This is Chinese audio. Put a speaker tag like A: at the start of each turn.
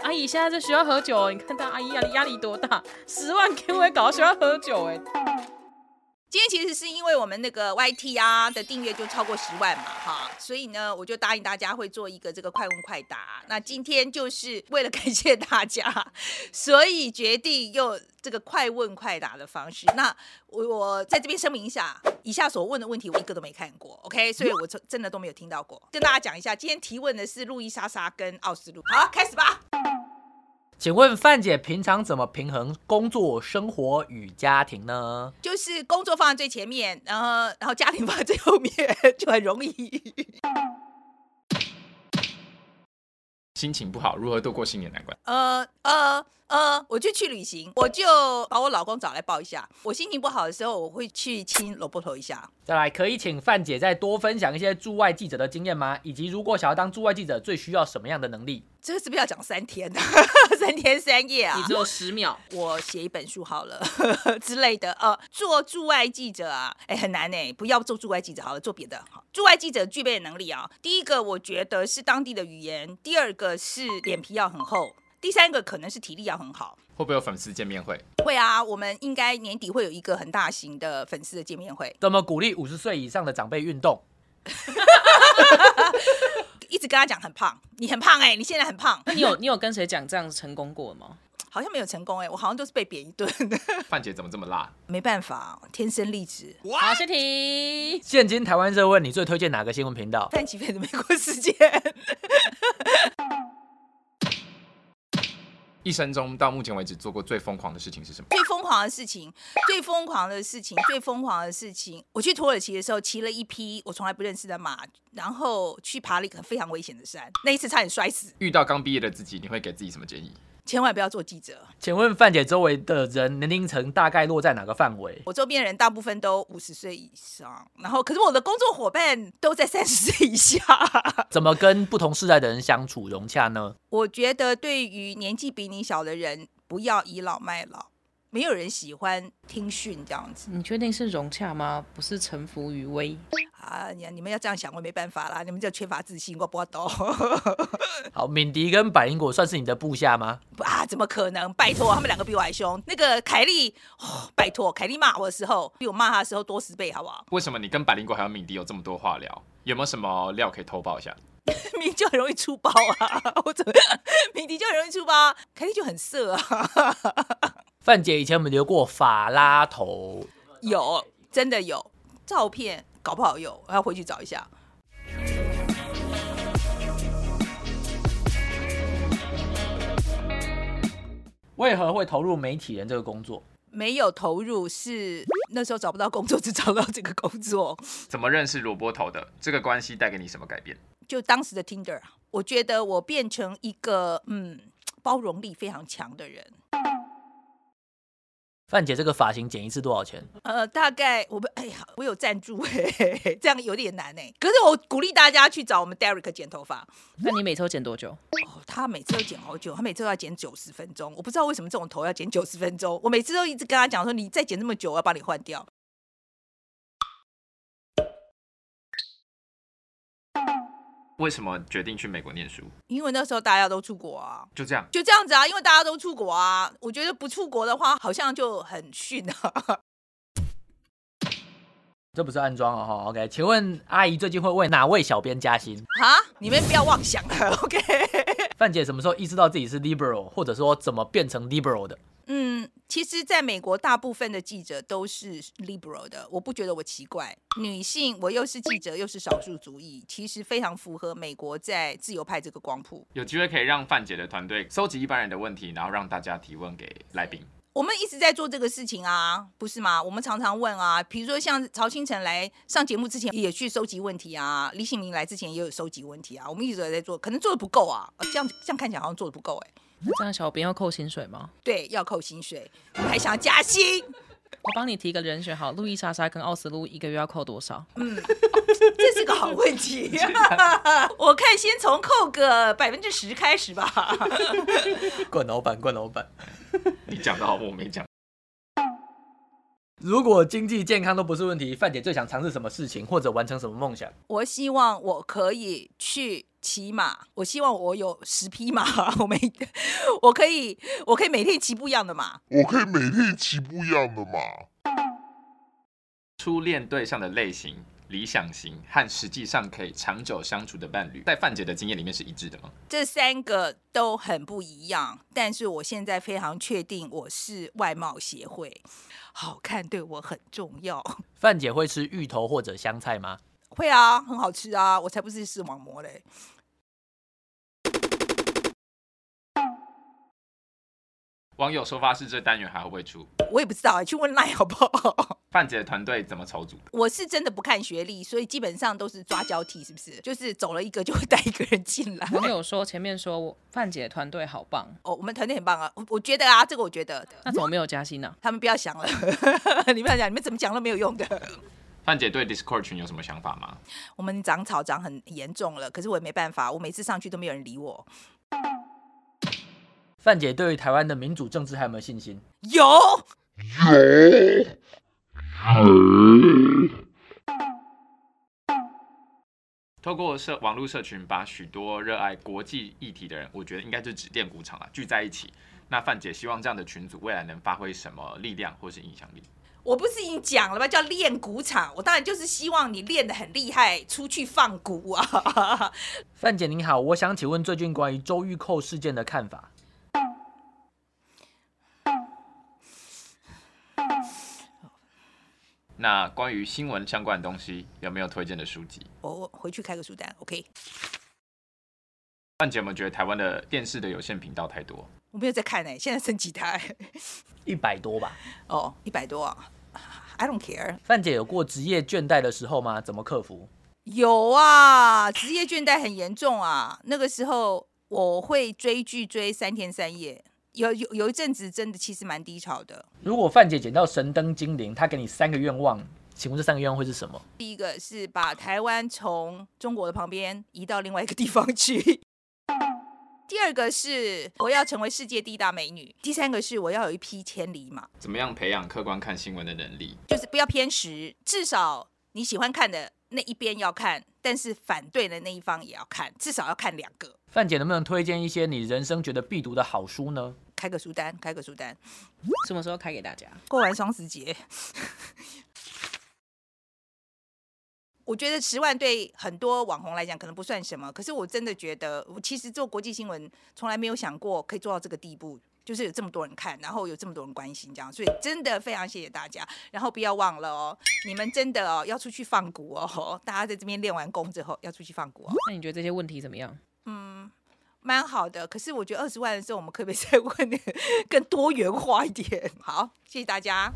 A: 阿姨现在在学校喝酒、哦，你看她阿姨压力压力多大，十万给我也搞到学校喝酒哎、
B: 今天其实是因为我们那个 YT 啊的订阅就超过十万嘛，哈，所以呢，我就答应大家会做一个这个快问快答。那今天就是为了感谢大家， 所以决定用这个快问快答的方式。那我我在这边声明一下，以下所问的问题我一个都没看过，OK，所以我真真的都没有听到过。跟大家讲一下，今天提问的是路易莎莎跟奥斯陆。好，开始吧。
C: 请问范姐平常怎么平衡工作、生活与家庭呢？
B: 就是工作放在最前面，然后然后家庭放在最后面， 就很容易。
D: 心情不好，如何度过新年难关？
B: 呃呃呃，我就去旅行，我就把我老公找来抱一下。我心情不好的时候，我会去亲萝卜头一下。
C: 再来，可以请范姐再多分享一些驻外记者的经验吗？以及如果想要当驻外记者，最需要什么样的能力？
B: 这个是不是要讲三天？ 三天三夜啊
A: 你！只有十秒，
B: 我写一本书好了 之类的。呃，做驻外记者啊，哎、很难哎、不要做驻外记者好了，做别的好。驻外记者具备的能力啊，第一个我觉得是当地的语言，第二个是脸皮要很厚，第三个可能是体力要很好。
D: 会不会有粉丝见面会？
B: 会啊，我们应该年底会有一个很大型的粉丝的见面会，
C: 怎么鼓励五十岁以上的长辈运动？
B: 一直跟他讲很胖，你很胖哎、你现在很胖，
A: 那你有你有跟谁讲这样成功过吗？
B: 好像没有成功哎、我好像都是被扁一顿，
D: 范姐怎么这么辣？
B: 没办法，天生丽质。
A: 好，谢题。
C: 现今台湾社会，你最推荐哪个新闻频道？
B: 范琪飞的美国时间，
D: 一生中到目前为止做过最疯狂的事情是什么？
B: 最疯狂的事情，最疯狂的事情，最疯狂的事情。我去土耳其的时候，骑了一匹我从来不认识的马，然后去爬了一个非常危险的山，那一次差点摔死。
D: 遇到刚毕业的自己，你会给自己什么建议？
B: 千万不要做记者，
C: 请问范姐周围的人年龄层大概落在哪个范围？
B: 我周边人大部分都五十岁以上，然后可是我的工作伙伴都在三十岁以下。
C: 怎么跟不同世代的人相处融洽呢？
B: 我觉得对于年纪比你小的人，不要倚老卖老，没有人喜欢听训这样子
A: 你确定是融洽吗？不是臣服于威。
B: 啊！你你们要这样想，我也没办法啦，你们就缺乏自信，我不懂
C: 好，敏迪跟百灵果算是你的部下吗？
B: 啊！怎么可能？拜托，他们两个比我还凶。那个凯莉，哦、拜托，凯莉骂我的时候，比我骂她的时候多十倍，好不 好？
D: 为什么你跟百灵果还有敏迪有这么多话聊？有没有什么料可以偷爆一下？
B: 明明就很容易出包啊！我怎么明迪就很容易出包、啊，凯莉就很色啊！
C: 范姐以前我们留过法拉头，
B: 有，真的有照片，搞不好有，我要回去找一下。
C: 为何会投入媒体人这个工作？
B: 没有投入是那时候找不到工作，只找到这个工作，
D: 怎么认识萝卜头的？这个关系带给你什么改变？
B: 就当时的 Tinder 啊，我觉得我变成一个嗯包容力非常强的人。
C: 范姐这个发型剪一次多少钱？
B: 呃，大概我们哎呀，我有赞助嘿嘿嘿，这样有点难哎。可是我鼓励大家去找我们 Derek 剪头发
A: 那你每周剪多久？
B: 哦，他每次都剪好久，他每次都要剪九十分钟。我不知道为什么这种头要剪九十分钟，我每次都一直跟他讲说，你再剪这么久，我要把你换掉。
D: 为什么决定去美国念书？
B: 因为那时候大家都出国啊，
D: 就这样，
B: 就这样子啊，因为大家都出国啊。我觉得不出国的话，好像就很逊啊。
C: 这不是暗装哦，哈。OK，请问阿姨最近会为哪位小编加薪？
B: 啊，你们不要妄想啊了，OK？
C: 范姐什么时候意识到自己是 liberal，或者说怎么变成 liberal 的？
B: 嗯，其实，在美国，大部分的记者都是 liberal 的，我不觉得我奇怪。女性，我又是记者，又是少数族裔，其实非常符合美国在自由派这个光谱。
D: 有机会可以让范姐的团队收集一般人的问题，然后让大家提问给来宾。
B: 我们一直在做这个事情啊，不是吗？我们常常问啊，比如说像曹星辰来上节目之前也去收集问题啊，李醒明来之前也有收集问题啊，我们一直有在做，可能做的不够啊，呃这样这样看起来好像做的不够哎、
A: 这样小编要扣薪水吗？
B: 对，要扣薪水，我还想加薪，
A: 我帮你提个人选好，路易莎莎跟奥斯陆一个月要扣多少？
B: 这是个好问题。 我看先从扣个百分之十开始吧。
C: 冠老板，冠老板。
D: 你讲的好，我没讲。
C: 如果经济健康都不是问题，范姐最想尝试什么事情，或者完成什么梦想？
B: 我希望我可以去骑马，我希望我有十匹马，我每 我可以我可以每天骑不一样的马。
E: 我可以每天骑不一样的马。
D: 初恋对象的类型、理想型和实际上可以长久相处的伴侣，在范姐的经验里面是一致的吗？
B: 这三个都很不一样，但是我现在非常确定我是外貌协会，好看对我很重要。
C: 范姐会吃芋头或者香菜吗？
B: 会啊，很好吃啊，我才不是视网膜嘞。
D: 网友收发室这单元还会不会出？
B: 我也不知道、欸，去问赖好不好？
D: 范姐的团队怎么筹组的？
B: 我是真的不看学历，所以基本上都是抓交替，是不是？就是走了一个就会带一个人进来。
A: 网友说前面说我范姐团队好棒，
B: 哦，我们团队很棒啊，我我觉得啊，这个我觉得
A: 那怎么没有加薪啊呢、
B: 他们不要想了， 你们要讲，你们怎么讲都没有用的。
D: 范姐对 Discord 群有什么想法吗？
B: 我们长草长很严重了，可是我也没办法，我每次上去都没有人理我。
C: 范姐对于台湾的民主政治还有没有信心？
B: 有，
E: 有。
D: 透过社网络社群，把许多热爱国际议题的人，我觉得应该是指电鼓场啦，聚在一起。那范姐希望这样的群组未来能发挥什么力量或是影响力？
B: 我不是已经讲了吗？叫练鼓场，我当然就是希望你练得很厉害，出去放鼓啊。
C: 范姐您好，我想请问最近关于周玉蔻事件的看法。
D: 那关于新闻相关的东西，有没有推荐的书籍？
B: 我我回去开个书单，OK。
D: 范姐有没有觉得台湾的电视的有线频道太多？
B: 我没有在看呢、现在升几台？
C: 一百多吧。
B: 哦，一百多啊，I don't care。
C: 范姐有过职业倦怠的时候吗？怎么克服？
B: 有啊，职业倦怠很严重啊。那个时候我会追剧追三天三夜，有有有一阵子真的其实蛮低潮的。
C: 如果范姐捡到神灯精灵，她给你三个愿望，请问这三个愿望会是什么？
B: 第一个是把台湾从中国的旁边移到另外一个地方去。 第二个是我要成为世界第一大美女，第三个是我要有一匹千里马，
D: 怎么样培养客观看新闻的能力？
B: 就是不要偏食，至少你喜欢看的那一边要看，但是反对的那一方也要看，至少要看两个。
C: 范姐能不能推荐一些你人生觉得必读的好书呢？
B: 开个书单，开个书单。
A: 什么时候开给大家？
B: 过完双十节，我觉得十万对很多网红来讲可能不算什么，可是我真的觉得，我其实做国际新闻从来没有想过可以做到这个地步。就是有这么多人看，然后有这么多人关心，这样，所以真的非常谢谢大家。然后不要忘了哦，你们真的哦要出去放鼓哦， 大家在这边练完功之后要出去放鼓哦，
A: 那你觉得这些问题怎么样？
B: 蛮好的。可 是我觉得二十万的时候，我们可不可以再问更多元化一点？好，谢谢大家。